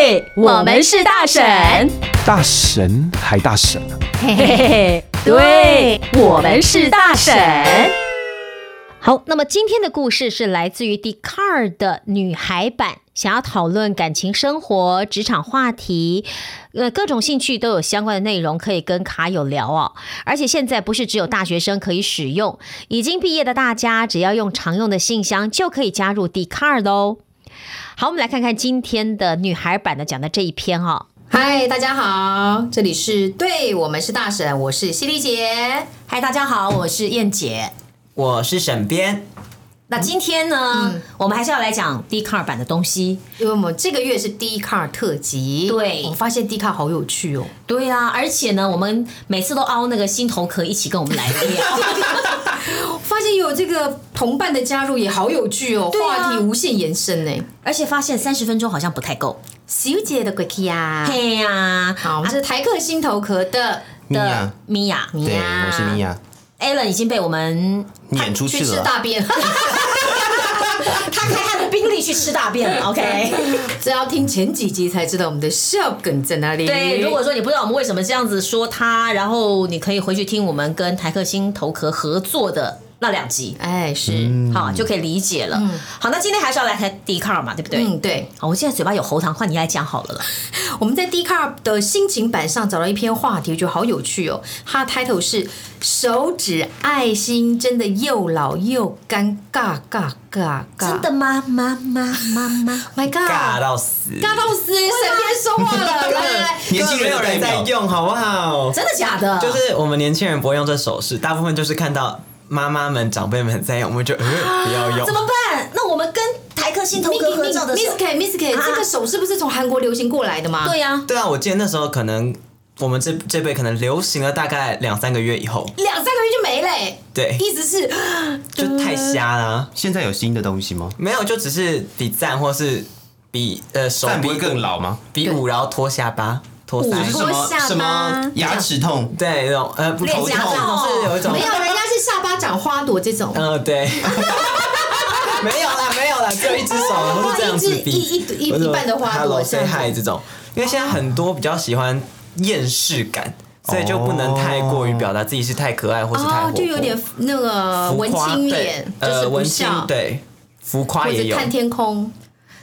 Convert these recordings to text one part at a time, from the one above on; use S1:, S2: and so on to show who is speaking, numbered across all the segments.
S1: 嘿，我们是大婶，
S2: 大神还大神啊！
S1: 嘿嘿嘿，对，我们是大婶。
S3: 好，那么今天的故事是来自于 d c a r 的女孩版，想要讨论感情生活、职场话题，呃，各种兴趣都有相关的内容可以跟卡友聊哦。而且现在不是只有大学生可以使用，已经毕业的大家只要用常用的信箱就可以加入 d c a r 哦。好，我们来看看今天的女孩版的讲的这一篇哦哈、
S4: 嗨，大家好，这里是对我们是大婶，我是犀利姐。
S5: 嗨，大家好，我是燕姐。
S6: 我是沈编，
S5: 那今天呢，
S3: 嗯
S5: 我们还是要来讲 d c a r 版的东西。
S4: 因为我们这个月是 D 卡特辑，
S5: 对
S4: 我发现 D 卡好有趣哦。
S5: 对啊，而且呢，我们每次都凹那个心头壳一起跟我们来聊。
S4: 我发现有这个同伴的加入也好有趣哦，
S5: 对啊
S4: 话题无限延伸呢。
S5: 而且发现三十分钟好像不太够。
S4: 小姐的 Quick 呀，
S5: 嘿呀、
S4: 啊
S5: 啊
S4: 好，我们是台客心头壳的，
S6: 米娅，
S5: 米娅
S6: 对，我是米娅，
S5: ，Allen 已经被我们
S6: 撵出去
S4: 去吃
S6: 了。
S4: 大便，
S5: 他开他的宾利去吃大便了。OK，
S4: 这要听前几集才知道我们的笑梗在哪里。
S5: 对，如果说你不知道我们为什么这样子说他，然后你可以回去听我们跟台客心头壳合作的那两集。
S4: 哎是，
S5: 好，就可以理解了。好，那今天还是要来谈 d c a r 嘛，对不对？
S4: 嗯对，
S5: 好，我现在嘴巴有喉糖，换你来讲好了啦。
S4: 我们在 d c a r 的心情版上找到一篇话题，我觉得好有趣哦。它的 title 是“手指爱心真的又老又尴尬尬尬尬”，
S5: 吗？妈妈妈妈，
S4: ？My God！
S6: 尬
S4: 尬
S6: 到死，
S4: 到死，谁边说话了？来来来，
S6: 年轻人有人在用，好不好？
S5: 真的假的？
S6: 就是我们年轻人不会用这手势，大部分就是看到妈妈们、长辈们在用，我们就呃不要用
S5: 啊怎。么办？那我们跟台客心头哥合照的时
S4: Miss
S5: 候，
S4: K Miss K，
S5: 啊
S4: 这个手是不是从韩国流行过来的吗？
S5: 对呀、
S6: 对啊，我记得那时候可能我们这这辈可能流行了大概两三个月以后，
S4: 两三个月就没了欸，
S6: 对，
S4: 意思是嗯
S6: 就太瞎啦、
S7: 现在有新的东西吗？
S6: 没有，就只是比赞或是比呃手
S7: 但
S6: 比
S7: 不会更老吗？
S6: 比武，然后拖下巴、拖腮
S7: 是。什
S4: 多
S7: 么
S4: 下巴
S7: 什么牙齿痛？
S6: 对，那种呃不头
S5: 脸颊
S6: 痛，
S5: 痛
S6: 是有一种
S4: 没有，人家是下巴长花朵这种。
S6: 嗯，对。 没有啦，没有啦，只有一只手，然后是这样子比
S4: 一只一一一一半的花朵
S6: Hello,
S4: 这
S6: say
S4: 样子
S6: hi 这种，因为现在很多比较喜欢厌世感，所以就不能太过于表达自己是太可爱或是太活
S4: 哦
S6: 泼，
S4: 就有点那个
S6: 浮
S4: 文
S6: 夸
S4: 青
S6: 对
S4: 脸，就
S6: 呃，
S4: 是不
S6: 文青
S4: 笑，
S6: 对，浮夸
S4: 或
S6: 也
S4: 者
S6: 有，
S4: 看天空。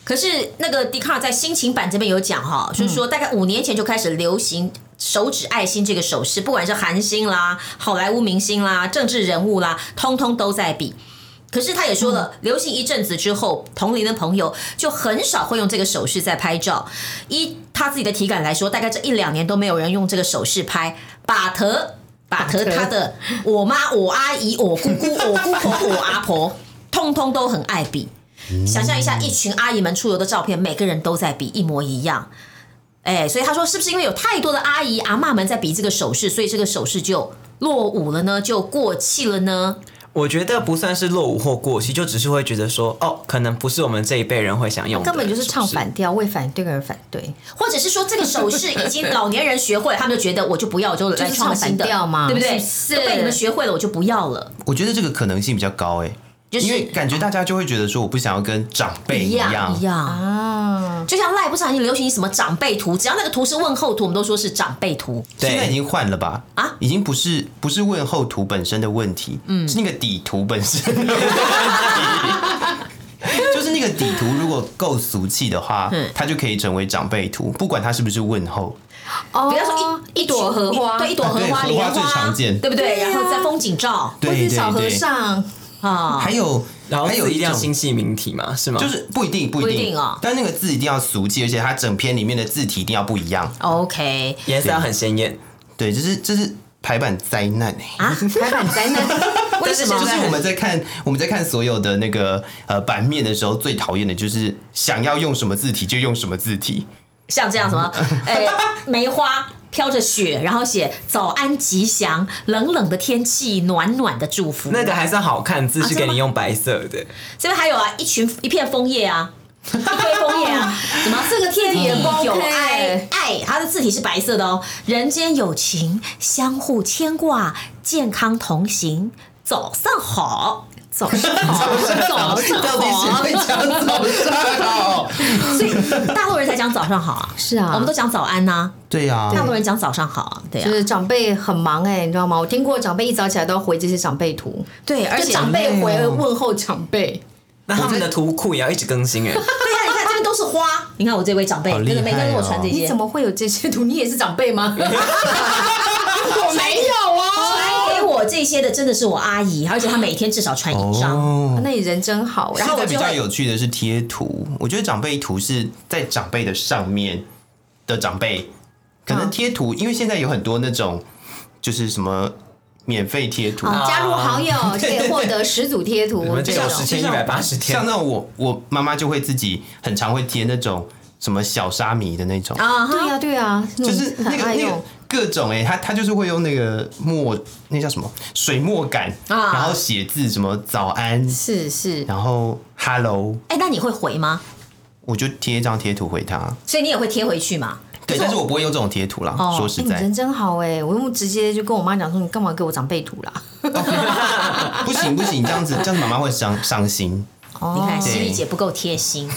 S5: 可是那个 d c a r 在心情版这边有讲
S6: 嗯
S5: 哈，就是说大概五年前就开始流行。手指爱心这个手势，不管是韩星啦、好莱坞明星啦、政治人物啦，通通都在比。可是他也说了，流行一阵子之后，同龄的朋友就很少会用这个手势在拍照。依他自己的体感来说，大概这一两年都没有人用这个手势拍。把特把特
S4: 把特
S5: 他的我妈、我阿姨、我姑姑、我姑婆、我阿婆，通通都很爱比。想象一下，一群阿姨们出游的照片，每个人都在比一模一样。哎，所以他说，是不是因为有太多的阿姨阿嬷们在比这个手势，所以这个手势就落伍了呢？就过气了呢？
S6: 我觉得不算是落伍或过期，就只是会觉得说，哦，可能不是我们这一辈人会想用的，
S4: 根本就是唱
S6: 是不是
S4: 反调，为反对而反对，
S5: 或者是说，这个手势已经老年人学会了，他们就觉得我就不要，我就来创新的，
S4: 唱反调嘛
S5: 对不对？
S4: 是
S5: 都被你们学会了，我就不要了。
S7: 我觉得这个可能性比较高诶，
S5: 就是
S7: 因为感觉大家就会觉得说我不想要跟长辈一
S5: 一样啊，就像赖不是很流行什么长辈图，只要那个图是问候图，我们都说是长辈图。
S6: 对
S7: 现在已经换了吧？
S5: 啊
S7: 啊，已经不是不是问候图本身的问题，嗯，是那个底图本身的问题。就是那个底图如果够俗气的话，它就可以成为长辈图，不管它是不是问候。
S4: 不
S5: 不要说一
S4: 啊一朵荷花，
S5: 对，一朵荷
S7: 啊对荷
S5: 花，
S7: 花
S5: 莲
S7: 最常见
S5: 对不对？然后再风景照
S4: 或是
S7: 对对
S4: 小和
S7: 对，
S4: 尚，
S5: 啊，
S7: 还有
S6: 然后
S7: 还有
S6: 有一
S7: 一
S6: 定要
S7: 种
S6: 心系名体嘛，是吗？
S7: 就是不一定，不
S5: 不
S7: 一
S5: 一
S7: 定
S5: 定哦
S7: 但那个字一定要俗气，而且它整篇里面的字体一定要不一样。
S5: OK，
S6: 颜色要很鲜艳，
S7: 对，这是这是排版灾难哎、
S5: 啊
S4: 台版宅男，
S7: 但是就是我们在看我们在看所有的那个呃版面的时候，最讨厌的就是想要用什么字体就用什么字体。
S5: 像这样什 么，哎，梅花飘着雪，然后写早安吉祥，冷冷的天气，暖暖的祝福。
S6: 那个还算好看，字是
S5: 真的
S6: 给
S5: 吗
S6: 你用白色的，
S5: 这边还有啊，一群一片枫叶啊。一堆枫叶啊，什么这个天地
S4: 也不 OK
S5: 有爱爱，它的字体是白色的哦。人间有情，相互牵挂，健康同行。早上好，
S4: 早上好，早上
S7: 到底谁
S4: 好，
S7: 会讲早上好？
S5: 所以大陆人才讲早上好啊？
S4: 是啊
S5: 我们都讲早安呐、
S7: 对啊呀，
S5: 大多人讲早上好啊，对
S4: 就
S5: 啊，
S4: 是长辈很忙哎、你知道吗？我听过长辈一早起来都要回这些长辈图，
S5: 对，而
S4: 就
S5: 且
S4: 长辈回问候长辈，
S6: 那他们的图库也要一直更新哎，
S5: 对呀、你看这边都是花，你看我这位长辈，
S7: 好厉
S5: 真
S7: 害
S5: 的
S7: 哦
S5: 每个人都我传这
S4: 你
S5: 些
S4: 怎。么会有这些图？你也是长辈吗？我没有啊，
S5: 传给我这些的真的是我阿姨，而且她每天至少传一张。
S7: 哦。
S4: 那你人真好。然
S7: 现
S4: 后
S7: 在
S4: 我
S7: 比
S4: 就
S7: 较
S4: 会
S7: 有趣的是贴图，我觉得长辈图是在长辈的上面的长辈，可
S4: 嗯
S7: 能贴图，因为现在有很多那种就是什么免费贴图，
S4: 啊加入好友可以获得十组贴图
S6: 我们，
S4: 这
S6: 这
S4: 种
S6: 有十千一百八十天
S7: 像，那种我我妈妈就会自己很常会贴那种什么小沙弥的那种，
S5: 啊哈，
S4: 对呀对呀，那
S7: 就
S4: 种
S7: 是
S4: 哦
S7: 那
S4: 嗯很
S7: 个
S4: 爱
S7: 那
S4: 用
S7: 个。各种哎、欸，他他就是会用那个墨，那叫什么水墨感，
S5: 啊
S7: 然后写字什么早安，
S4: 是是，
S7: 然后 hello，
S5: 哎、那你会回吗？
S7: 我就贴一张贴图回他。
S5: 所以你也会贴回去嘛？
S7: 对，但是我不会用这种贴图啦，
S5: 哦
S7: 说实
S4: 哎你
S7: 在
S4: 人，真好哎、我用直接就跟我妈讲说，你干嘛给我长辈图啦？
S5: 哎
S7: 不行不行，这样子 这样子妈妈会伤伤心，
S4: 哦
S5: 你看，
S7: 对
S5: 犀利姐不够贴心。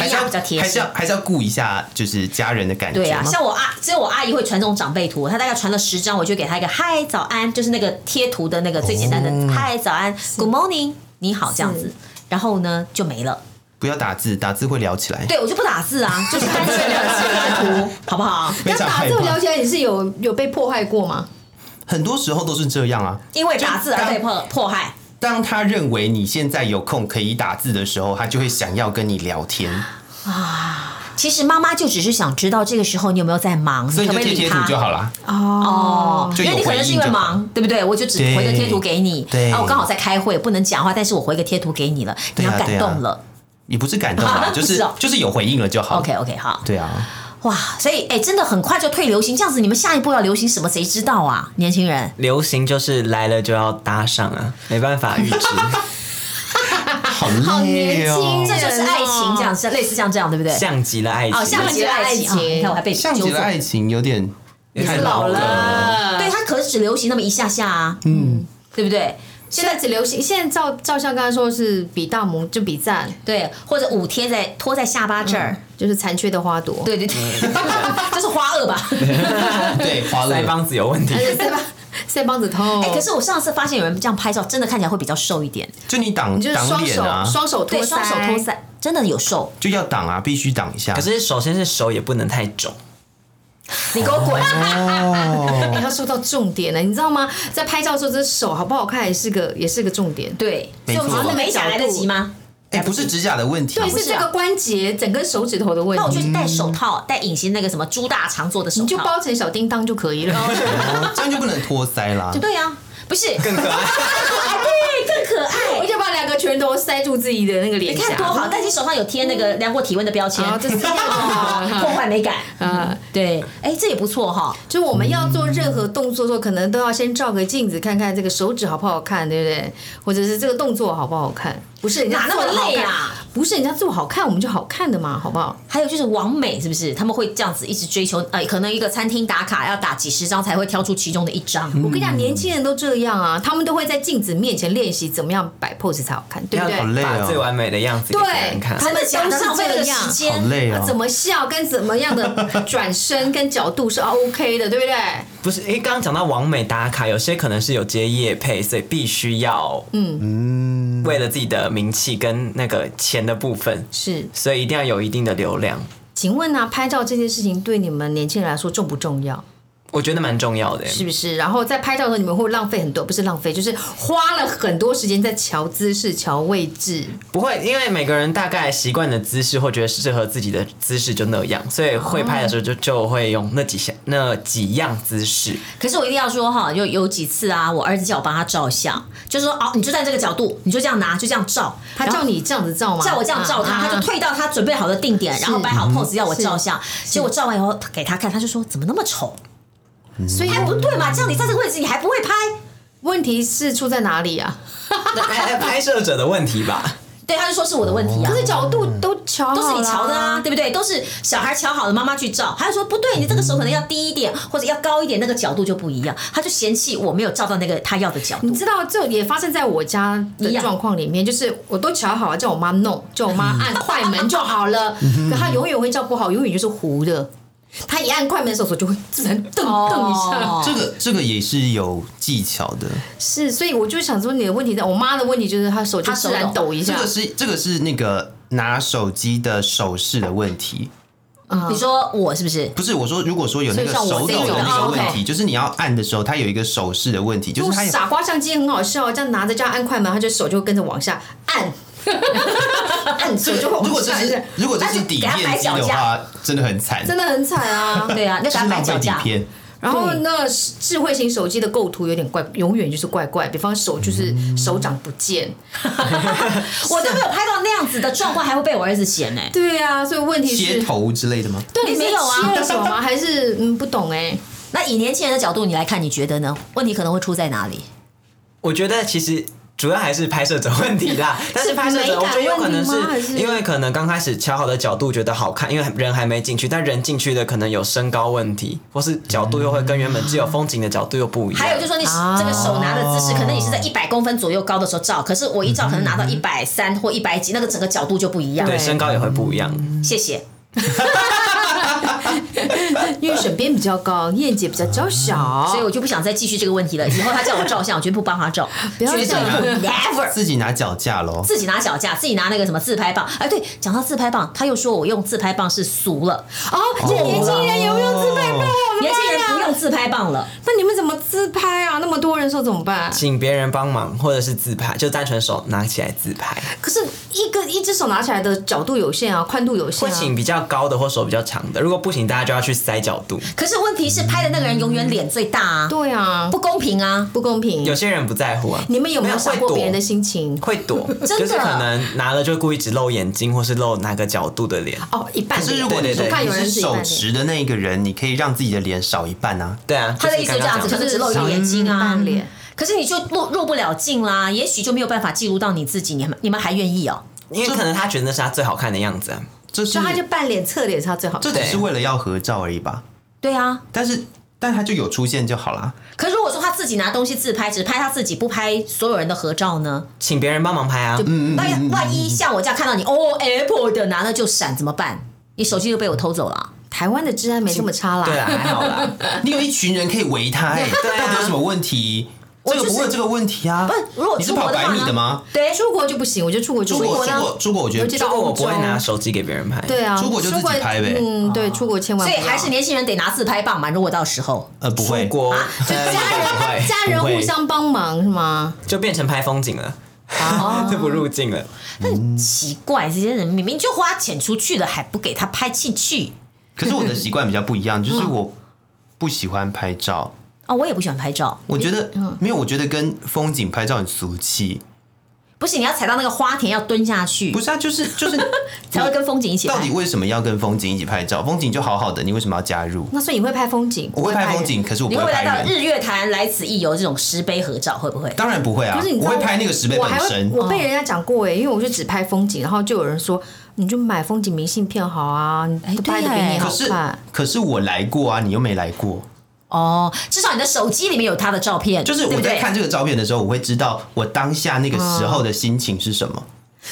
S7: 还是要
S5: 比较贴心
S7: 还是要还是要顾一下就是家人的感觉
S5: 对啊，
S7: 嘛
S5: 像我阿，只有我阿姨会传这种长辈图，她大概传了十张，我就给她一个嗨早安，就是那个贴图的那个最简单
S7: 哦
S5: 的嗨早安，Good morning，你好这样子。然后呢，就没了。
S7: 不要打字，打字会聊起来，
S5: 对我就不打字啊，就是看这个图，好不好？
S7: 非
S4: 那
S7: 常
S4: 打
S7: 害
S4: 字我
S7: 怕
S4: 啊聊。起来，你是有有被迫害过吗？
S7: 很多时候都是这样啊，
S5: 因为打字而被
S7: 就
S5: 迫迫害。
S7: 当他认为你现在有空可以打字的时候，他就会想要跟你聊天，
S5: 啊其实妈妈就只是想知道这个时候你有没有在忙，
S7: 所以
S5: 可
S7: 你
S5: 不
S7: 就
S5: 可以
S7: 贴
S5: 理
S7: 贴图
S5: 她？
S7: 就好啦。
S5: 哦，
S7: 就
S5: 因
S7: 有
S5: 为你可能是因为
S7: 回应就好
S5: 忙，对不对？我就只
S7: 对
S5: 回个贴图给你，
S7: 对
S5: 啊，我刚好在开会，不能讲话，但是我回个贴图给你了，你
S7: 对
S5: 要
S7: 啊
S5: 感动了。
S7: 也不是感动啦，
S5: 不
S7: 就是是
S5: 哦
S7: 就是有回应了就好。
S5: OK OK，好，
S7: 对啊，
S5: 哇，所以哎，真的很快就退流行，这样子你们下一步要流行什么，谁知道啊？年轻人，
S6: 流行就是来了就要搭上啊，没办法预知。
S7: 好累哦。
S5: 这就是爱情，这样是类似像这样，对不对？
S6: 像极了爱情，
S5: 哦，像极了爱情，
S4: 像极了爱情
S5: 啊你看我还被
S7: 像极
S5: 纠
S7: 了
S5: 正
S7: 爱情有点太
S4: 老
S7: 了，
S4: 了，
S5: 对，它可是只流行那么一下下啊，嗯，对不对？
S4: 现在只流行，现在照照相刚才说是比大拇就比赞，
S5: 对，或者五贴在拖在下巴这
S7: 嗯
S5: 儿，
S4: 就是残缺的花朵。
S5: 对对 对，这是花萼吧？
S7: 对，花
S6: 腮
S7: 了。
S6: 帮子有问题
S4: 而。且腮 帮腮帮子痛。
S5: 哎、可是我上次发现有人这样拍照，真的看起来会比较瘦一点，
S7: 就你挡
S4: 你就是
S7: 挡
S4: 双
S7: 脸
S4: 手
S7: 啊，哦
S4: 双手托
S5: 对，
S4: 腮
S5: 双手托，腮，真的有瘦。
S7: 就要挡啊，必须挡一下。
S6: 可是首先是手也不能太肿，
S5: 你给我滚！啊
S4: 哎，要说到重点了，你知道吗？在拍照的时候，这手好不好看也是个也是个重点。
S5: 对，所
S7: 没
S5: 以
S7: 错
S5: 我们觉得美甲来得及吗？
S7: 哎，不是指甲的问题，
S5: 啊
S4: 对，
S7: 不
S4: 是
S7: 是
S4: 这个关节，整根手指头的问
S5: 那我
S4: 题。
S5: 就戴手套，戴隐形那个什么猪大肠做的手套，
S4: 你就包成小叮当就可以了。
S7: 哦这样就不能托腮啦
S5: 就。对啊，不是更可 爱，对，更可
S4: 我
S5: 爱。
S4: 就把两个拳头塞住自己的那个
S5: 你
S4: 脸
S5: 看
S4: 颊，
S5: 多好，但是手上有贴那个量过体温的标签，
S4: 啊这是
S5: 破坏美 感。
S4: 啊！
S5: 对，哎，这也不错哈。
S4: 就我们要做任何动作的时候，可能都要先照个镜子，看看这个手指好不好看，对不对？或者是这个动作好不好看？不是人家
S5: 哪那么
S4: 做得好
S5: 累
S4: 看
S5: 啊？
S4: 不是人家做好看，我们就好看的嘛，好不好？
S5: 还有就是网美是不是？他们会这样子一直追求，呃，可能一个餐厅打卡要打几十张才会挑出其中的一张。
S4: 我跟你
S7: 嗯
S4: 讲，年轻人都这样啊，他们都会在镜子面前练习怎么样摆 pose 才好看，对不
S6: 要
S4: 对？
S7: 好累哦
S6: 把最完美的样子给别人看。
S4: 对
S5: 真的假的？浪费了个时
S7: 好
S5: 间。
S7: 累
S4: 啊怎
S7: 哦。
S4: 么笑跟怎么样的转身跟角度是 OK 的，对不对？
S6: 不是，因为刚刚讲到网美打卡，有些可能是有接业配，所以必须要，嗯嗯，为了自己的名气跟那个钱的部分，
S4: 是，
S6: 所以一定要有一定的流量，
S4: 请问啊，拍照这件事情对你们年轻人来说重不重要？
S6: 我觉得蛮重要的。
S4: 是不是？然后在拍照的时候，你们会浪费很多，不是浪费，就是花了很多时间在瞧姿势、瞧位置。
S6: 不会，因为每个人大概习惯的姿势或觉得适合自己的姿势就那样，所以会拍的时候就就会用那几项那几样姿势。
S5: 可是我一定要说哈，有有几次啊，我儿子叫我帮他照相，就说哦，你就站这个角度，你就这样拿，就这样照。
S4: 他
S5: 然后
S4: 叫你这样子照吗？
S5: 叫我这样照他，
S4: 啊
S5: 他就退到他准备好的定点，然后摆好 pose 要我照相。结果照完以后给他看，他就说怎么那么丑？
S4: 所以
S5: 还不对嘛，这样你在这个位置你还不会拍？
S4: 问题是出在哪里啊？
S6: 拍拍摄者的问题吧，
S5: 对，他就说是我的问题啊
S4: 可。是角度都瞧哦好啦
S5: 都是你瞧的啊，对不对？都是小孩瞧好了，妈妈去照。还有说不对，你这个手可能要低一点，或者要高一点，那个角度就不一样。他就嫌弃我没有照到那个他要的角
S4: 你
S5: 度。
S4: 知道，这也发生在我家的
S5: 一样
S4: 状况里面，就是我都瞧好了，叫我妈弄，叫我妈按快门就好了，
S5: 嗯
S4: 可她永远会叫不好，永远就是糊的。她一按快门的时候，手就会自然蹬
S5: 哦
S4: 蹬一下。
S7: 这个这个也是有技巧的，
S4: 是，所以我就想说，你的问题在我妈的问题就是她手就
S5: 她手
S4: 自然
S5: 抖
S4: 抖一
S7: 这
S4: 下
S7: 个。是这个是那个拿手机的手势的问题，
S5: 你说我是不是？
S7: 不是我说，如果说有那个
S5: 所以像
S7: 手
S5: 我
S7: 抖的那
S5: 这
S7: 个
S5: 种
S7: 问
S5: 哦
S7: 题，就是你要按的时候，它有一个手势的问题，就是
S4: 我
S7: 它有
S4: 傻瓜相机很好笑，啊这样拿着这样按快门，她就手就跟着往下按，按手就会往
S7: 如果这
S4: 下
S7: 是
S4: 按，
S7: 如果这是底片机的话，真的很惨，
S4: 真的很惨啊。
S5: 对啊，那给
S7: 就
S5: 他
S7: 是
S5: 摆
S7: 浪
S5: 脚
S7: 费底
S5: 架。
S7: 片。
S4: 然后那智慧型手机的构图有点怪，永远就是怪怪，比方手就是手掌不见。
S5: 我都没有拍到那样子的状况，还会被我儿子嫌呢、
S4: 对啊，所以问题
S7: 切
S4: 是，
S7: 头之类的吗？
S4: 对你是
S5: 没有啊
S4: 切了手吗？还是嗯不懂哎、
S5: 那以年轻人的角度你来看，你觉得呢？问题可能会出在哪里？
S6: 我觉得其实。主要还是拍摄者问题啦，但是拍摄者
S4: 美感
S6: 我觉得有可能
S4: 问题吗还是
S6: 是因为可能刚开始敲好的角度觉得好看，因为人还没进去，但人进去的可能有身高问题，或是角度又会跟原本只有风景的角度又
S4: 嗯
S6: 不一样。
S5: 还有就是说，你这个手拿的姿势，可能你是在一百公分左右高的时候照，可是我一照可能拿到一百三或一百几，那个整个角度就不一样。
S6: 对身高也会不一样。
S5: 谢谢。
S4: 因为选边比较高，燕姐比较娇小，
S5: 所以我就不想再继续这个问题了。以后他叫我照相，我绝 不帮他照，
S4: 不要
S5: 绝对
S4: 这样
S5: 不 never。
S7: 自己拿脚架喽。
S5: 自己拿脚架，自己拿那个什么自拍棒。哎，对，讲到自拍棒，他又说我用自拍棒是俗了，
S4: 哦，这年轻人有没有自拍棒？
S5: 年轻人不用自拍棒了。
S4: 那你们怎么自拍啊？那么多人的时候怎么办？
S6: 请别人帮忙，或者是自拍，就单纯手拿起来自拍，
S4: 可是一个一只手拿起来的角度有限啊，宽度有限
S6: 会
S4: 啊。
S6: 请比较高的或手比较长的。如果不行，大家就要去塞角度。
S5: 可是问题是，拍的那个人永远脸最大啊，
S4: 对啊，
S5: 不公平啊。
S4: 不公平。
S6: 有些人不在乎啊，
S4: 你们有没有
S6: 没有
S4: 想过
S6: 会躲
S4: 别人的心情？
S6: 会躲，
S5: 的
S6: 就是可能拿了就故意只露眼睛，或是露哪个角度的脸。
S4: 哦，一半
S7: 可
S4: 脸。
S7: 是如果你
S6: 对对对
S4: 我
S7: 是
S4: 看有人
S7: 你
S4: 是
S7: 是
S4: 一半
S7: 手
S4: 脸
S7: 持的那一个人，你可以让自己的脸少一半啊。
S6: 对啊，
S5: 他的意思就
S6: 就
S5: 这样子，可能只露一个眼睛
S4: 就是
S5: 啊
S4: 上半脸。
S5: 可是你就入入不了镜啦，也许就没有办法记录到你自己，你们你们还愿意哦？
S6: 因为可能他觉得那是他最好看的样子、啊。
S7: 这是
S4: 所以他就半脸侧脸是他最好看
S7: 这
S4: 的。
S7: 只是为了要合照而已吧？
S5: 对啊，
S7: 但是但他就有出现就好啦。
S5: 可如果说他自己拿东西自拍，只拍他自己，不拍所有人的合照呢？
S6: 请别人帮忙拍啊，
S7: 嗯
S5: 那万一像我这样看到你哦，Apple 的拿了就闪，怎么办？你手机就被我偷走了啊、
S4: 台湾的治安没这么差啦。
S6: 对啊，还 好啦。
S7: 你有一群人可以围他、哎，
S6: 对啊
S7: 到底有什么问题？这个不会有这个问题啊。
S5: 不是如果
S7: 你是
S5: 出国
S7: 跑
S5: 的
S7: 百
S5: 话
S7: 米
S5: 呢
S7: 的吗？
S4: 对，出国就不行，我觉得出国就
S7: 出
S4: 不行
S7: 国出
S4: 呢
S7: 国出国，我觉
S4: 尤
S7: 得
S4: 其
S6: 如
S4: 到
S6: 果
S4: 欧
S6: 我
S4: 洲
S6: 不会拿手机给别人拍，
S4: 对啊，
S7: 出国就自己
S4: 出国
S7: 拍呗哦
S4: 嗯，对，出国千万
S5: 所
S4: 不
S5: 以
S4: 要。
S5: 还是年轻人得拿自拍棒嘛。如果到时候，
S7: 呃不会
S6: 出。国
S5: 啊
S4: 就家人家人
S7: 不会
S4: 互相帮忙是吗？
S6: 就变成拍风景了，
S5: 哦
S6: 就不入镜了。
S5: 奇怪，这些人明明就花钱出去了，还不给他拍进去
S7: 可是我的习惯比较不一样，就是我不喜欢拍照。
S5: 哦，我也不喜欢拍照，
S7: 我觉得没有，我觉得跟风景拍照很俗气。
S5: 不是你要踩到那个花田要蹲下去，
S7: 不是啊，就是就是，
S5: 才会跟风景一起
S7: 到
S5: 拍
S7: 底。为什么要跟风景一起拍照？风景就好好的，你为什么要加入？
S4: 那所以你会拍风景？
S7: 我会
S4: 不
S7: 拍
S4: 人
S7: 风。景，可是我
S5: 你
S7: 不
S5: 会不会
S7: 会
S5: 来
S7: 拍
S5: 到
S7: 人。
S5: 日月潭来此一游这种石碑合照？会不会？
S7: 当然不会啊
S4: 可是你，知
S7: 我
S4: 道
S7: 会拍那个石碑
S4: 我还
S7: 本
S4: 会，
S7: 身。嗯
S4: 我被人家讲过哎、因为我就只拍风景，然后就有人说你就买风景明信片好啊，你
S5: 哎
S4: 都拍的比
S5: 对耶嗯
S4: 你
S7: 可
S4: 好
S7: 是
S4: 看。
S7: 可是我来过啊，你又没来过。
S5: 哦，至少你的手机里面有他的照片，
S7: 就是
S5: 对
S7: 我
S5: 不
S7: 在
S5: 对？
S7: 看这个照片的时候，我会知道我当下那个时候的心情是什么。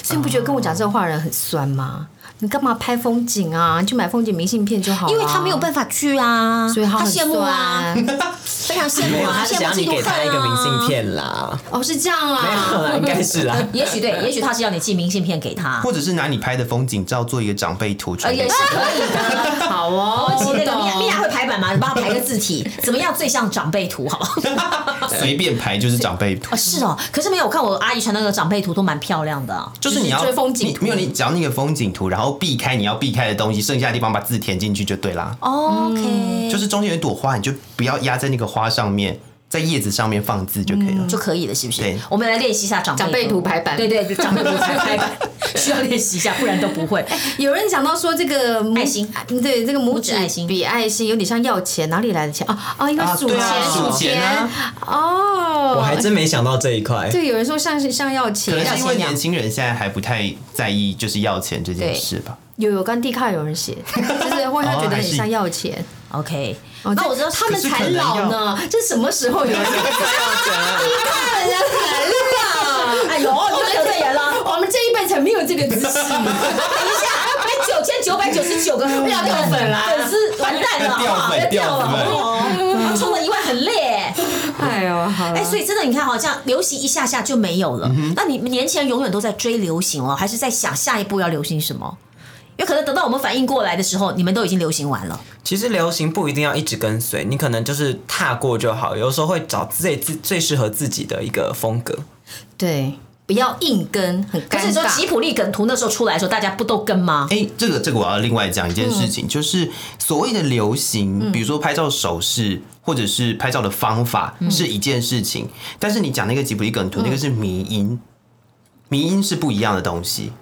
S4: 所以你不觉得跟我讲这话的人很酸吗？你干嘛拍风景啊？你去买风景明信片就好、
S5: 因为他没有办法去啊，
S4: 法，所以他
S5: 他
S4: 很
S5: 羡慕啊，
S4: 酸。
S5: 非常羡
S6: 没
S5: 慕
S6: 有，
S5: 啊，
S6: 他是
S5: 羡慕
S6: 想要
S5: 嫉
S6: 你
S5: 妒
S6: 给
S5: 恨
S6: 他一个明信
S5: 啊。
S6: 片啦，
S4: 哦，是这样啊。
S6: 嗯应该 是啦。
S5: 也许对，也许他是要你寄明信片给他，
S7: 或者是拿你拍的风景照做一个长辈图
S5: 呃，
S7: 传给
S5: 也是可以的。
S4: 好哦，
S5: 请那
S4: 我
S5: 个米娅米
S4: 懂。
S5: 娅会排版吗？你帮她排个字体，怎么样最像长辈图？好不好？
S7: 随便拍就是长辈图
S5: 啊，。是哦，可是没有，我看我阿姨传那个长辈图都蛮漂亮的啊、
S7: 就是你要
S4: 追风景图
S7: 你没有你只要那个风景图，然后避开你要避开的东西，剩下的地方把字填进去就对啦。
S5: OK，、
S7: 就是中间有一朵花，你就不要压在那个花上面，在叶子上面放字就可以了。
S5: 就可以了，是不是
S7: 嗯对？
S5: 我们来练习一下长
S4: 长辈图排版
S5: 对对，对长辈图排排版需要练习一下，不然都不会。
S4: 有人讲到说这个拇
S5: 爱心
S4: 对这个拇
S5: 拇指
S4: 指
S5: 爱心
S4: 比爱心有点像要钱，哪里来的钱？哦哦，因为
S7: 啊
S4: 数
S7: 对
S4: 钱
S7: 啊
S4: 数
S7: 数钱
S4: 钱
S7: 啊
S4: 哦。
S6: 我还真没想到这一块。
S4: 对，有人说像是像要
S7: 可
S4: 钱，
S7: 能
S4: 要
S7: 是因为
S4: 钱
S7: 年
S4: 样。
S7: 轻人现在还不太在意就是要钱这件事吧。
S4: 有有，刚 D 卡有人 写，就是会他觉得很像要钱。
S5: OK，
S4: 哦
S5: 那我知道他们才老
S7: 哦
S5: 呢，这什么时候有人
S4: 人家才老，
S5: 哎呦，我们得罪人了。
S4: 我们这一辈才没有这个 姿势。
S5: 等一下，被九千九百九十九个不要掉粉啦，粉丝完蛋了，
S7: 掉粉
S5: 要
S7: 掉
S5: 了，
S7: 粉
S5: 哦冲了一万很累。
S4: 哎呦，好了
S5: 哎，所以真的，你看哈，这样流行一下下就没有了。
S7: 嗯
S5: 那你们年轻人永远都在追流行哦，还是在想下一步要流行什么？有可能等到我们反应过来的时候，你们都已经流行完了。
S6: 其实流行不一定要一直跟随，你可能就是踏过就好。有时候会找最自最适合自己的一个风格。
S4: 对，不要硬跟，很
S5: 可
S4: 尴
S5: 是你说吉
S4: 尬。
S5: 普力梗图那时候出来的时候，大家不都跟吗？
S7: 哎、这个这个我要另外讲一件事情，就是所谓的流行，比如说拍照手势或者是拍照的方法是一件事情，但是你讲那个吉卜力梗图，那个是迷音，迷音是不一样的东西。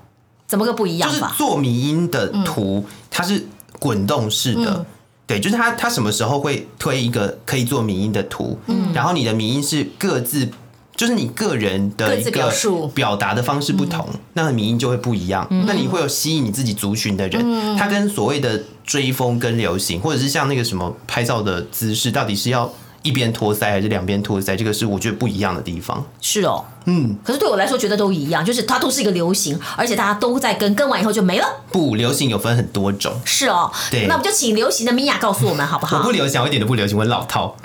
S5: 怎么个不一样
S7: 就是
S5: 法？
S7: 做迷音的图，
S4: 嗯
S7: 它是滚动式的。对，就是它，它什么时候会推一个可以做迷音的图，
S4: 嗯
S7: 然后你的迷音是各自，就是你个人的
S4: 各
S7: 一
S4: 自
S7: 个
S4: 表述嗯
S7: 表达的方式不同，那迷音就会不一样。那你会有吸引你自己族群的人，
S4: 嗯
S7: 他跟所谓的追风跟流行，或者是像那个什么拍照的姿势，到底是要一边托腮还是两边托腮，这个是我觉得不一样的地方。
S5: 是哦，嗯。可是对我来说，觉得都一样，就是它都是一个流行，而且大家都在跟，跟完以后就没了。
S7: 不，流行有分很多种。
S5: 是哦，
S7: 对
S5: 那我们就请流行的米娅告诉我们好不
S7: 我
S5: 好？
S7: 不流行，我一点都不流行，我很老套。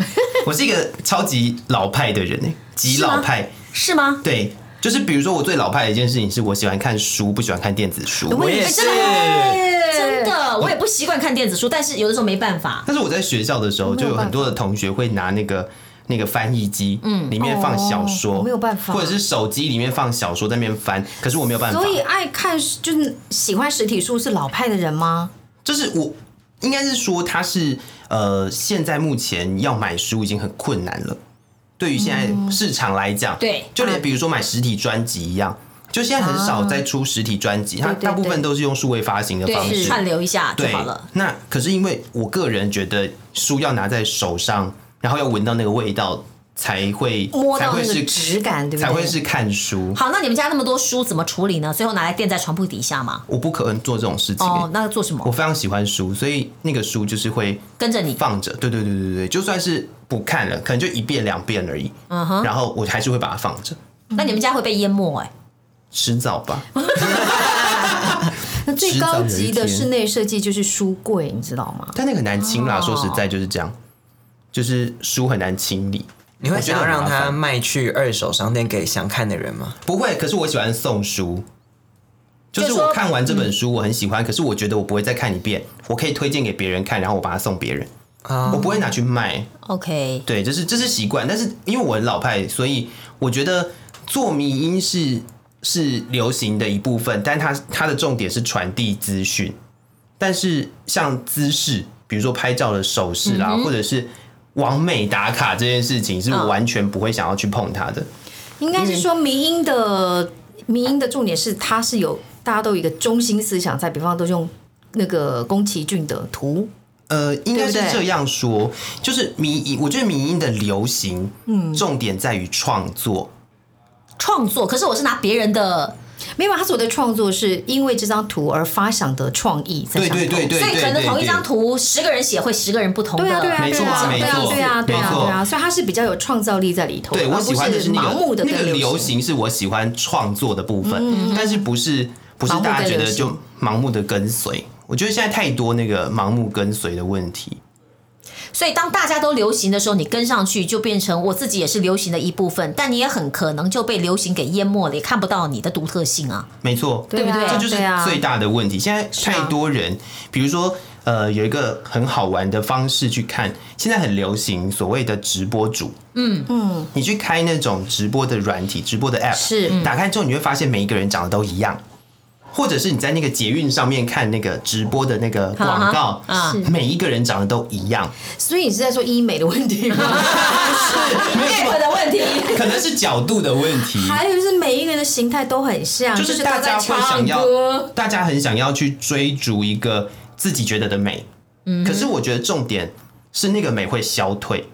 S7: 我是一个超级老派的人呢、欸极老派。
S5: 是吗？
S7: 对，就是比如说我最老派的一件事情是我喜欢看书，不喜欢看电子
S4: 呃
S7: 书。
S6: 我也是，
S4: 哎
S5: 真的，我也不习惯看电子书，但是有的时候没办法。
S7: 但是我在学校的时候，就有很多的同学会拿那个。那个翻译机，嗯，里面放小说，
S4: 哦我没有办法
S7: 或者是手机里面放小说在那边翻，可是我没有办法，
S4: 所以爱看就是喜欢实体书是老派的人吗？
S7: 就是我应该是说它是呃，现在目前要买书已经很困难了，对于现在市场来讲，
S5: 对
S7: 就连比如说买实体专辑一样，就现在很少在出实体专辑，它
S4: 对对
S7: 大部分都是用数位发行的方
S5: 对，
S7: 式。
S5: 串流一下就
S7: 对
S5: 好了。，
S7: 那可是因为我个人觉得书要拿在手上，然后要闻到那个味道，才会
S4: 摸
S7: 才
S4: 到
S7: 会
S4: 那个
S7: 是
S4: 质感，对不对？
S7: 才会是看书。
S5: 好，那你们家那么多书怎么处理呢？最后拿来垫在床铺底下吗？
S7: 我不可能做这种事情、
S5: 哦
S7: 欸，
S5: 那做什
S7: 我
S5: 么？
S7: 非常喜欢书，所以那个书就是会
S5: 跟着你。
S7: 放着，对对对对对，就算是不看了，可能就一遍两遍而已，
S5: 嗯哼，
S7: 然后我还是会把它放着，
S5: 那你们家会被淹没哎、
S7: 迟早吧。
S5: 哦
S4: 那最高级的室内设计就是书柜，你知道吗？
S7: 但那个很难清啦，说实在就是这样，就是书很难清理。
S6: 你会想要让
S7: 我觉得很麻
S6: 它
S7: 烦
S6: 卖去二手商店给想看的人吗？
S7: 不会，可是我喜欢送书。就是
S5: 就说
S7: 我看完这本书，我很喜欢，可
S5: 嗯
S7: 是我觉得我不会再看一遍，我可以推荐给别人看，然后我把它送别人，
S6: 啊、
S7: 我不会拿去卖。
S5: OK，
S7: 对，这是这是习惯，但是因为我很老派，所以我觉得做迷音是是流行的一部分，但它它的重点是传递资讯。但是像姿势，比如说拍照的手势
S5: 嗯
S7: 啦，或者是完美打卡这件事情，是我完全不会想要去碰它的。
S4: 应该是说
S7: 嗯
S4: 民音的民音的重点是，它是有大家都有一个中心思想在，比方都是用那个宫崎骏的图，
S7: 呃，应该是
S4: 对不对
S7: 这样说，就是迷音，我觉得迷音的流行，嗯，重点在于创作。
S5: 创作，可是我是拿别人的，
S4: 没有啊他所谓的创作是因为这张图而发想的创意在
S7: 对
S4: 上头。
S7: 对对对
S5: 所以
S7: 对
S5: 可能
S7: 对
S5: 同一
S7: 对
S5: 张图，十个人写会十个人不同的。
S4: 对啊，对啊，
S7: 没
S4: 对
S7: 错
S4: 啊，
S7: 没
S4: 对啊，
S7: 错
S4: 对啊，对啊，
S7: 没错
S4: 对啊，所以它是比较有创造力在里头，
S7: 对我
S4: 而不
S7: 喜欢的
S4: 是
S7: 那
S4: 盲目
S7: 个
S4: 的
S7: 那个
S4: 跟
S7: 流
S4: 行。嗯
S7: 行是我喜欢创作的部分，但是不是不是
S4: 盲目
S7: 大家
S4: 跟
S7: 觉
S4: 流
S7: 得就盲目的跟随？我觉得现在太多那个盲目跟随的问题。
S5: 所以当大家都流行的时候，你跟上去就变成我自己也是流行的一部分，但你也很可能就被流行给淹没了，也看不到你的独特性啊。
S7: 没错，
S4: 对
S5: 不对
S7: 这就是
S4: 对啊
S7: 最大的问题。现在太多人，比如说，呃，有一个很好玩的方式去看，现在很流行所谓的直播主。嗯嗯，你去开那种直播的软体、直播的 app，
S4: 是
S7: 打开之后，你会发现每一个人长得都一样。或者是你在那个捷运上面看那个直播的那个广告，每一个人长得都一样，
S4: 所以你是在说医美的问 题吗？
S7: 是没有
S5: 我的问题，
S7: 可能是角度的问题。
S4: 还有就是每一个人的形态都很像，
S7: 就是是大家
S4: 都在
S7: 会想
S4: 唱
S7: 要
S4: 歌，，
S7: 大家很想要去追逐一个自己觉得的美。
S5: 嗯
S7: 可是我觉得重点是那个美会消退，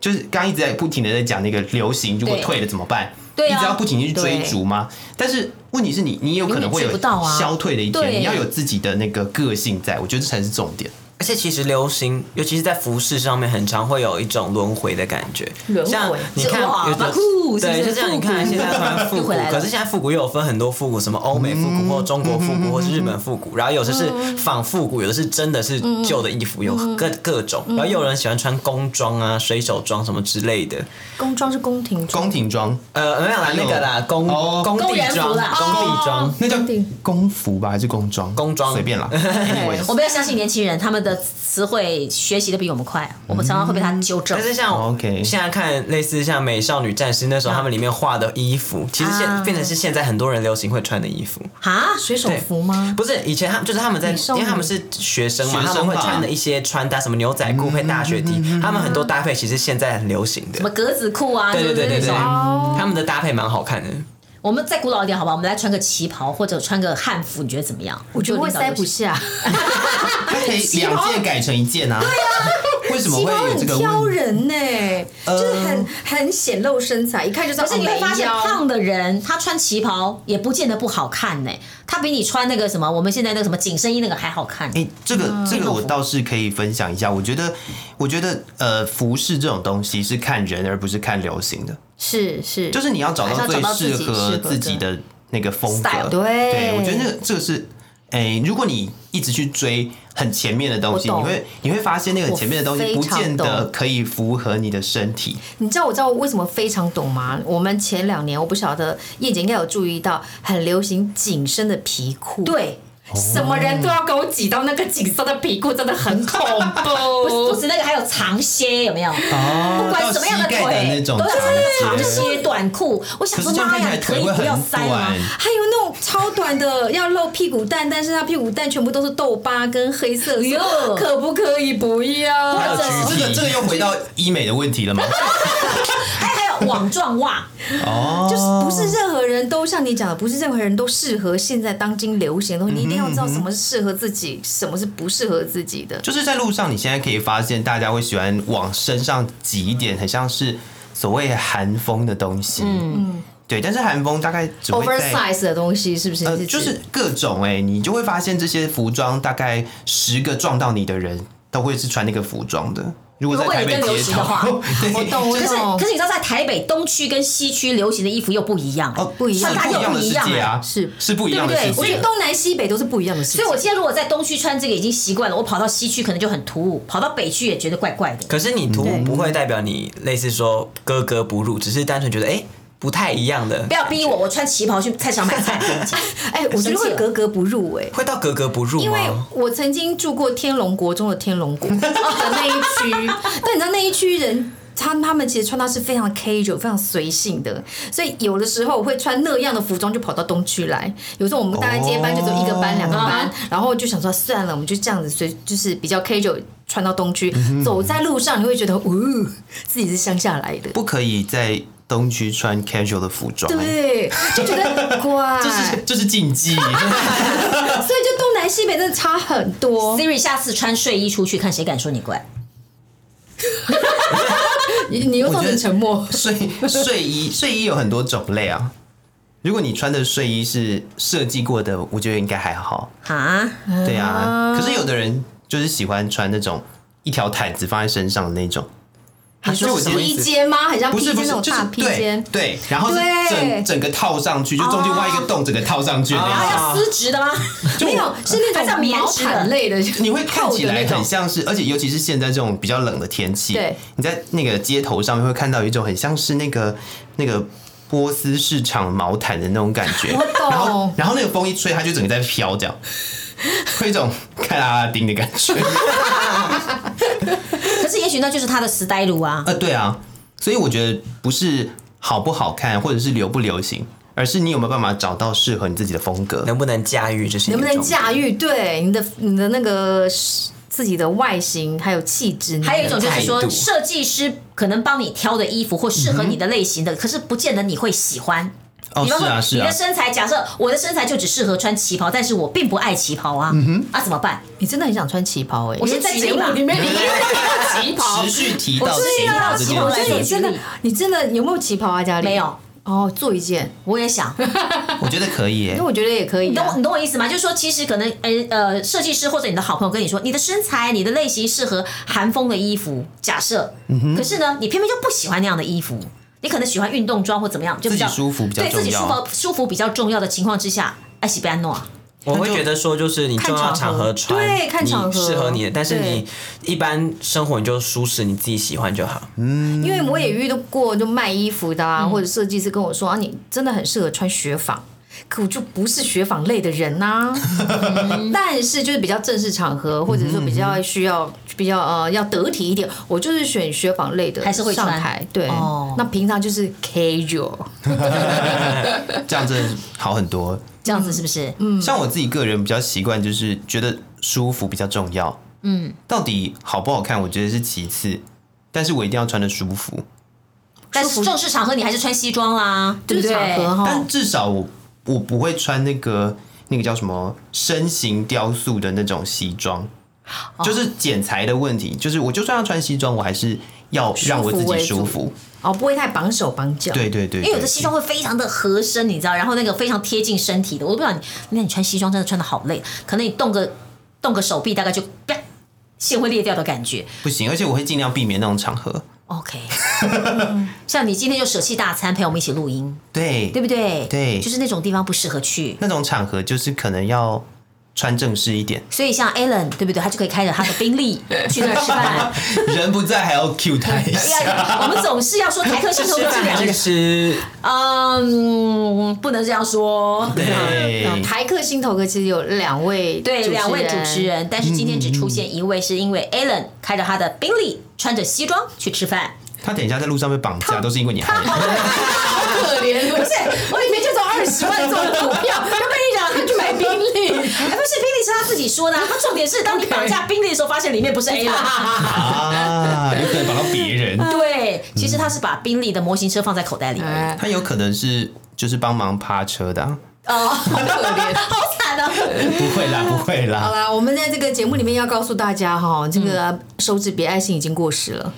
S7: 就是刚刚一直在不停的在讲那个流行，如果
S5: 对
S7: 退了怎么办？
S5: 对啊
S7: 你只要不停地去追逐吗？但是问题是你，你有可能
S5: 永远
S7: 会
S5: 追
S7: 有
S5: 不到啊
S7: 消退的一天，
S5: 对
S7: 你要有自己的那个个性在，我觉得这才是重点。
S6: 而且其实流行，尤其是在服饰上面，很常会有一种轮回的感觉。
S4: 轮回
S6: 像你看，
S5: 是哇
S6: 有
S5: 马库是不
S6: 对，
S5: 是
S6: 就像你看
S5: 复古
S6: 现在穿复
S5: 又
S6: 古，
S5: 回来了
S6: 可是现在复古又有分很多复古，什么欧美复古，或中国复古，或是日本复古，然后有的
S5: 嗯
S6: 是仿复古，有的是真的是旧的衣服，有各
S5: 嗯
S6: 各种，然后又有人喜欢穿工装啊、水手装什么之类的。
S4: 宫装是宫廷装，
S7: 宫廷装，
S6: 呃，没有啦，那个啦，工
S7: 哦
S6: 工地装，哦工地装。
S7: 那叫工服吧，还是工装？
S6: 工装
S7: 随便 啦。
S5: 我
S7: anyways
S5: 不要相信年轻人，他们的词汇学习的比我们快，
S4: 嗯
S5: 我们常常会被他纠正
S6: 但。是像
S7: 哦 OK
S6: 现在看类似像美少女战士那时候他们里面画的衣
S4: 啊
S6: 服，其实现、变成是现在很多人流行会穿的衣服。
S5: 啊，
S4: 水手服吗？
S6: 不是以前他们就是他们在，
S4: 嗯少
S6: 因
S4: 女
S6: 为他们是学生嘛，
S7: 学生
S6: 他们会
S7: 吧
S6: 穿的一些穿搭，什么牛仔裤配大学
S4: 嗯
S6: T，他们很多搭配其实现在很流行
S5: 什么
S6: 的。
S5: 格子裤啊，
S6: 对对对对
S5: 就是那
S6: 对，
S5: 种
S6: 他们的搭配蛮好看的。
S5: 我们再古老一点，好吧？我们来穿个旗袍或者穿个汉服，你觉得怎么样？
S4: 我觉得会塞不
S5: 下。
S4: 下，
S7: 它可以两件改成一件啊。对啊，为什么
S4: 旗
S7: 会
S4: 袍
S7: 有这
S4: 很
S7: 个
S4: 挑
S7: 问呃题？
S4: 人呢、就是很很显露身材，一看就知道
S5: 可是你会
S4: 哦
S5: 发
S4: 没
S5: 现，
S4: 腰
S5: 胖的人他穿旗袍也不见得不好看呢、他比你穿那个什么我们现在那个什么紧身衣那个还好看。
S7: 哎、这个
S4: 嗯
S7: 这个我倒是可以分享一下。我觉得，我觉得呃，服饰这种东西是看人而不是看流行的，
S4: 是是，
S7: 就是你要找
S4: 还
S7: 到
S4: 是要
S7: 最
S4: 找到自
S7: 适
S4: 己
S7: 合
S4: 适合
S7: 自己的那个风格。
S5: style，
S4: 对
S7: 我觉得那个这个是，哎、如果你一直去追很前面的东西，
S4: 我懂
S7: 你会你会发现那个前面的东西
S4: 我
S7: 不
S4: 非常
S7: 见得
S4: 懂
S7: 可以符合你的身体。
S4: 你知道我知道为什么非常懂吗？我们前两年我不晓得燕姐应该有注意到，很流行紧身的皮裤。。
S5: 对，
S7: 哦
S4: 什么人都要给我挤到那个紧身的皮裤，真的很恐
S5: 不
S4: 怖。
S5: 不止那个，还有长靴，有没有？
S7: 哦
S5: 不管什么样
S7: 到膝
S5: 腿，
S7: 盖的那种
S5: 都是
S7: 长
S5: 长
S7: 靴。
S5: 靴短裤。我想
S7: 可
S5: 说，
S7: 是这样
S5: 妈
S7: 看起
S5: 呀，
S7: 来
S5: 你可
S7: 腿
S5: 以
S7: 会
S5: 不要
S7: 很
S5: 塞吗
S7: 短？，
S4: 还有那种超短的，要露屁股蛋，但是他屁股蛋全部都是痘疤跟黑色素，
S5: 哎呦
S4: 可不可以不
S5: 还
S4: 要？
S5: 有橘
S7: 这个这个又回到医美的问题了吗？
S5: 还还有网状 袜，
S7: 哦，
S4: 就是不是任何人都像你讲的，不是任何人都适合现在当今流行的东西。你一定要知道什么是适合自己，什么是不适合自己的。
S7: 就是在路上，你现在可以发现，大家会喜欢往身上挤一点，很像是所谓韩风的东西。嗯，对。但是韩风大概只会在
S4: oversize 的东西是不是？
S7: 呃，
S4: 你指
S7: 就是各种哎、你就会发现这些服装，大概十个撞到你的人都会是穿那个服装的。如果在
S5: 如果
S7: 台
S5: 你
S7: 北
S5: 跟流
S7: 街
S5: 行的话
S7: 头，对
S4: 我懂，我
S5: 可是
S4: 懂
S5: 可。是你知道，在台北东区跟西区流行的衣服又不一样，
S7: 哦，
S4: 不一样
S7: 是
S5: 穿搭
S7: 不
S5: 又
S7: 一样
S5: 不
S7: 的世
S5: 一样
S7: 界啊，
S5: 哎。
S4: 是
S7: 是不一样的世
S5: 对
S7: 界。啊
S5: 不
S4: 我
S5: 对
S4: 觉得东南西北都是不一样的事
S5: 所
S4: 情。
S5: 以，我今天如果在东区穿这个已经习惯了，我跑到西区可能就很突兀，跑到北区也觉得怪怪的。
S6: 可是你图不会代表你类似说格格不入，只是单纯觉得哎、不太一样的
S5: 不，要逼我，我穿旗袍去菜市场买菜。
S4: 哎、我觉得会格格不入哎、
S6: 会到格格不入
S4: 因为
S6: 吗？
S4: 我曾经住过天龙国中的天龙国 的那一区，但你知道那一区人。他他们其实穿搭是非常 casual、非常随性的，所以有的时候我会穿那样的服装就跑到东区来。有时候我们大概接班就只有一个班、两个
S7: 啊
S4: 班，然后就想说算了，我们就这样子随就是比较 casual 穿到东
S7: 嗯
S4: 区。走在路上你会觉得，呜、自己是乡下来的，
S7: 不可以在东区穿 casual 的服装、欸，
S4: 对，啊就觉得 怪。
S7: 这是这是禁忌。
S4: 所以就东南西北真的差很
S7: 哦
S4: 多。
S5: Siri 下次穿睡衣出去，看谁敢说你怪。
S4: 你你又
S7: 我
S4: 造
S7: 觉
S4: 成
S7: 得，
S4: 沉默
S7: 睡睡衣，睡衣有很多种类啊。如果你穿的睡衣是设计过的，我觉得应该还好。
S5: 啊，
S7: 对啊，可是有的人就是喜欢穿那种一条毯子放在身上的那种，
S6: 他
S7: 所以我觉得
S4: 披肩吗？很像
S7: 不
S4: 啊披肩
S7: 是不
S4: 那
S7: 是，
S4: 种
S7: 就
S4: 大
S7: 是
S4: 披
S7: 对
S4: 肩。
S7: 对，然后是
S4: 对哦
S7: 整整个套上去，就中间挖一个洞，整个套上去的那种。
S5: 要丝质的吗？
S4: 没有，是那
S5: 还是
S4: 种
S5: 棉
S4: 毛
S5: 质的
S4: 毯类的，
S7: 你会看起来
S4: 厚的那
S7: 很
S4: 种
S7: 像是，而且尤其是现在这种比较冷的天气，
S4: 对，
S7: 你在那个街头上面会看到有一种很像是那个那个波斯市场毛毯的那种感觉，
S4: 我懂
S7: 然后然后那个风一吹，它就整个在飘，这样，会有一种看阿拉丁的感 觉。
S5: 可是也许那就是他的时代路啊。
S7: 呃，对啊，所以我觉得不是好不好看，或者是流不流行，而是你有没有办法找到适合你自己的风格。
S6: 能不能驾驭这些？
S4: 能不能？驾驭？对你的你的那个自己的外形还有气质，
S7: 嗯
S5: 还有一种就是
S6: 态
S5: 说，
S6: 度
S5: 设计师可能帮你挑的衣服或适合你的类型的，可是不见得你会喜欢。
S7: 嗯哦，
S5: 比
S7: 是
S5: 方说
S7: 啊，是
S5: 你
S7: 啊
S5: 的，身材，假设我的身材就只适合穿旗袍，但是我并不爱旗袍
S7: 嗯
S5: 啊，啊怎么办？
S4: 你真的很想穿旗袍哎、
S5: 我
S4: 我
S5: 先
S4: 现
S5: 在
S4: 在
S5: 节
S4: 节
S5: 目
S4: 目
S5: 里
S4: 里面你 旗袍
S7: 持，续提到旗袍这
S4: 旗袍，
S7: 件
S4: 我
S7: 事
S4: 觉
S5: 对
S4: 得你真
S5: 啊
S4: 的你真的有没有旗袍啊？家里
S5: 没有，
S4: 哦，做一件，
S5: 我也想，
S7: 我觉得可以耶
S4: 因为。我觉得也可以、
S5: 你懂
S4: 啊
S5: 我，你懂我意思吗？就是说，其实可能呃呃，设计师或者你的好朋友跟你说，你的身材、你的类型适合韩风的衣服，假设，
S7: 嗯
S5: 可是呢，你偏偏就不喜欢那样的衣服，你可能喜欢运动装或怎么样，就比较
S7: 自己舒服比较
S5: 对自己舒
S7: 重要
S5: 服舒服比较重要的情况之下，艾喜贝安诺，啊
S6: 我会觉得说，就是你重要场合穿，
S4: 对看场合
S6: 你适合你的。但是
S4: 对
S6: 你一般生活你就舒适，你自己喜欢就好。
S4: 因为我也遇到过就卖衣服的
S5: 嗯
S4: 啊，或者设计师跟我说啊，你真的很适合穿雪纺。可我就不是雪纺类的人呐、
S5: 嗯
S4: 但是就是比较正式场合，或者说比较需要比较呃要得体一点，我就是选雪纺类的，
S5: 还是会
S4: 上
S5: 穿
S4: 台对。
S5: 哦
S4: 那平常就是 casual，
S7: 这样真的好很多。
S5: 这样子是不是？嗯，
S7: 像我自己个人比较习惯，就是觉得舒服比较重要。嗯，到底好不好看，我觉得是其次，但是我一定要穿的舒服。
S5: 但是正式场合你还是穿西装啦，对
S4: 就
S5: 不
S4: 是
S5: 对？
S4: 场合哈
S7: 但。至少我我不会穿那个那个叫什么身形雕塑的那种西装，
S5: 哦
S7: 就是剪裁的问题。就是我就算要穿西装，我还是要让我自己
S4: 舒
S7: 舒服
S4: 服。哦，不会太绑手绑脚。
S7: 对对对，
S5: 因为有的
S7: 对
S5: 西装会非常的合身，你知道，然后那个非常贴近身体的，我都不知道你，那你穿西装真的穿的好累，可能你动个动个手臂，大概就啪线会裂掉的感觉。
S7: 不行，而且我会尽量避免那种场合。
S5: OK，像你今天就舍弃大餐陪我们一起录音，
S7: 对
S5: 对不对？
S7: 对
S5: 就是那种地方不适合去。，
S7: 那种场合就是可能要穿正式一点
S5: 所以像 Alan 对不对？他就可以开着他的 宾利去那儿吃饭。
S7: 人不在还要 cue 他
S4: 哎
S7: 一
S5: 对啊，我们总是要说台客心头
S4: 啊
S5: 都是两个
S6: 这个
S5: 人。
S6: 是
S5: 嗯，不能这样说。
S7: 对，
S4: 台客心头哥其实有两位
S5: 对，
S4: 主持
S5: 两位主
S4: 人嗯
S5: 持人，但是今天只出现一位，是因为 Alan 开着他的宾利，穿着西装去吃饭。
S7: 他等一下在路上被绑架，都是因为你害的。
S4: 可怜，不是我里面就找二十万中股 票，他跟你讲他去买宾利，
S5: 哎，不是宾利是他自己说 的啊，他重点是当你绑架宾利的时候，发现里面不是 Alan。
S7: 啊，有可能绑到别人。
S4: 嗯
S5: 对，哎其实他是把宾利的模型车放在口袋里而已。
S7: 他有可能是就是帮忙趴车的、啊，
S5: 哦， 好
S4: 可怜。
S5: 惨啊！
S7: 不会 啦，不会
S4: 好
S7: 啦。
S4: 啦，我们在这个节目里面要告诉大家哈，这个手指比爱心已经过时了，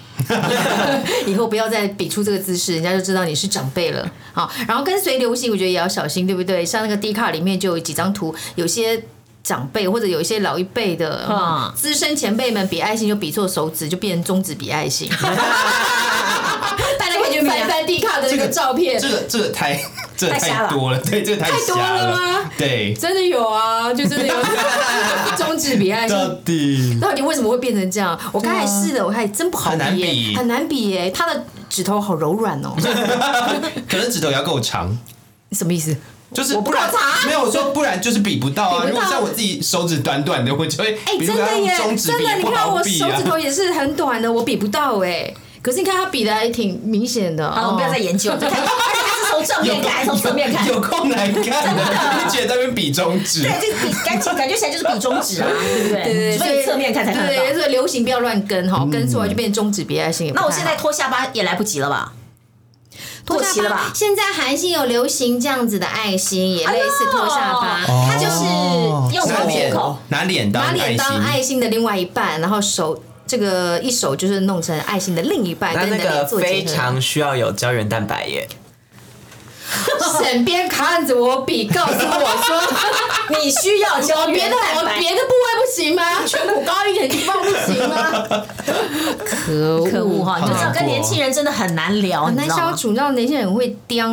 S4: 以后不要再比出这个姿势，人家就知道你是长辈了。好，然后跟随流行，我觉得也要小心，对不对？像那个 D 卡里面就有几张图，有些。长辈或者有一些老一辈的
S5: 啊
S4: 嗯资深前辈们比爱心就比错手指，就变成中指比爱心。大家可以去翻一翻 D 卡的那个照片，
S7: 这个这个太这个
S5: 太瞎
S7: 太
S5: 了
S7: 多了，对，这个太
S4: 太多
S7: 瞎
S4: 了吗
S7: 对，
S4: 真的有啊，就真的有中指比爱心。
S7: 到 底
S4: 到底为什么会变成这样？我刚才试了，我还真不好
S7: 很难
S4: 比耶、
S7: 比
S4: 很难比耶、他的指头好柔软 哦，
S7: 可能指头也要够长，
S4: 什么意思？
S7: 就是不然没有我说不然就是比不到啊。
S4: 比
S7: 如
S4: 不到
S7: 果像我自己手指短短的，我就会
S4: 哎、
S7: 比
S4: 真
S7: 如果要
S4: 的耶
S7: 用，中指
S4: 真
S7: 比
S4: 的，你
S7: 不
S4: 看
S7: 好
S4: 我
S7: 比
S4: 手指头
S7: 啊。
S4: 也是很短的，我比不到哎、可是你看他比的还挺明显的，
S5: 好了，我们不要
S4: 哦
S5: 再研究，而且哎 他是从正面看，还是从侧面看？
S7: 有空来看的，你觉得在那边比中指
S5: 对，就比感觉感觉起来就是比中指啊，对不
S4: 对对对，
S5: 对？所以侧面看才看得
S4: 对对
S5: 到。
S4: 对，所以流行不要乱跟
S7: 嗯
S4: 哈，跟错了就变中指比爱心也不太好。
S5: 那我现在脱下巴也来不及了吧？
S4: 脱
S5: 过期
S4: 下
S5: 了
S4: 巴
S5: 吧？
S4: 现在韩星有流行这样子的爱心，也类似脱下巴，
S7: 哦
S5: 他就是用
S7: 拿
S5: 虎
S7: 脸
S5: 口。
S7: 拿脸当
S4: 把
S7: 爱
S4: 脸
S7: 心，
S4: 当爱心的另外一半，然后手这个一手就是弄成爱心的另一半，
S6: 那
S4: 哎跟你的
S6: 那个
S4: 脸做结
S6: 非
S4: 合。
S6: 常需要有胶原蛋白耶。
S4: 沈边看着我比，告诉我说哦
S5: 你需要胶
S4: 别
S5: 原
S4: 的
S5: 蛋
S4: 我
S5: 白。
S4: 别的部位不行吗？颧骨高一点地方不行吗？可哦
S5: 可恶哈！你就知道
S7: 好难过
S5: 跟年轻人真的嗯很难聊，
S4: 很
S5: 你
S4: 难
S5: 知道
S4: 消
S5: 吗？
S4: 除，让年轻人很会刁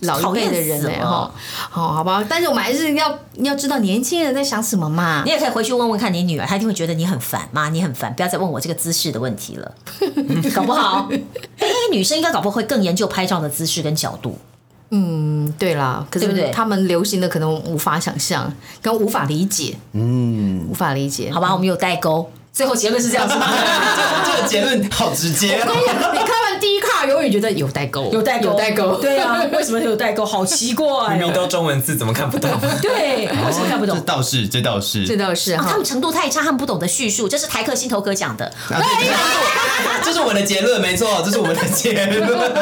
S4: 老一辈的人呢、
S5: 讨厌死
S4: 哈
S5: 了，
S4: 好好吧，但是我们还是要要知道年轻人在想什么嘛
S5: 你。也可以回去问问看你女儿，她一定会觉得你很烦，妈你很烦，不要再问我这个姿势的问题 了，搞不好。哎，女生应该搞不好会更研究拍照的姿势跟角度，
S4: 嗯，对啦，可
S5: 对不对
S4: 是他们流行的可能无法想象，跟无法理解，嗯，无法理解，
S5: 好 吧？我们有代沟，最后结论是这样子吗？
S7: 这个结论好直接哦。
S4: 你看完 D 低卡永远觉得有代沟，
S5: 有代沟，
S4: 有代沟，
S5: 对啊，为什么有代沟？好奇怪哦、
S6: 明明都中文字，怎么看不到？
S5: 对，为什么看不懂
S7: 这？倒是，这倒是，
S4: 这倒是
S5: 啊，
S4: 哈
S5: 他。们程度太差，他们不懂得叙述，这是台客心头哥讲的。
S7: 啊这这
S5: 哎
S7: 这是我的结论，没错，这是我们的结论。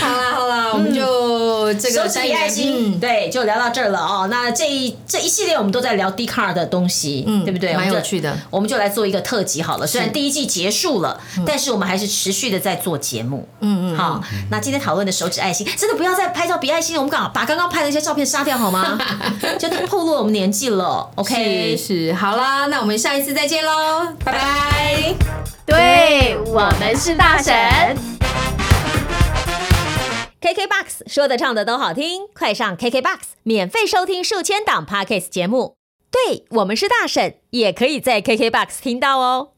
S4: 好啦好啦，我们就这
S5: 收
S4: 个
S5: 集
S4: 单元
S5: 爱心，
S4: 嗯
S5: 对，就聊到这儿了哦。那这一这一系列我们都在聊 d c a r 的东西，嗯对不对？
S4: 蛮
S5: 我们就
S4: 有趣的
S5: 我们就来做一个特辑好了。虽然第一季结束了，
S3: 嗯
S5: 但是我们还是持续的在做节目。嗯嗯，好。那今天讨论的手指爱心，真的不要再拍照比爱心了，我们刚把刚刚拍的一些照片杀掉 好吗？就太暴露了我们年纪了。OK，
S4: 是是，好啦，那我们下一次再见喽，拜拜。
S1: 对我们是大神。
S3: KKBOX 说的唱的都好听，快上 KKBOX 免费收听数千档 Podcast 节目。对我们是大婶，也可以在 KKBOX 听到哦。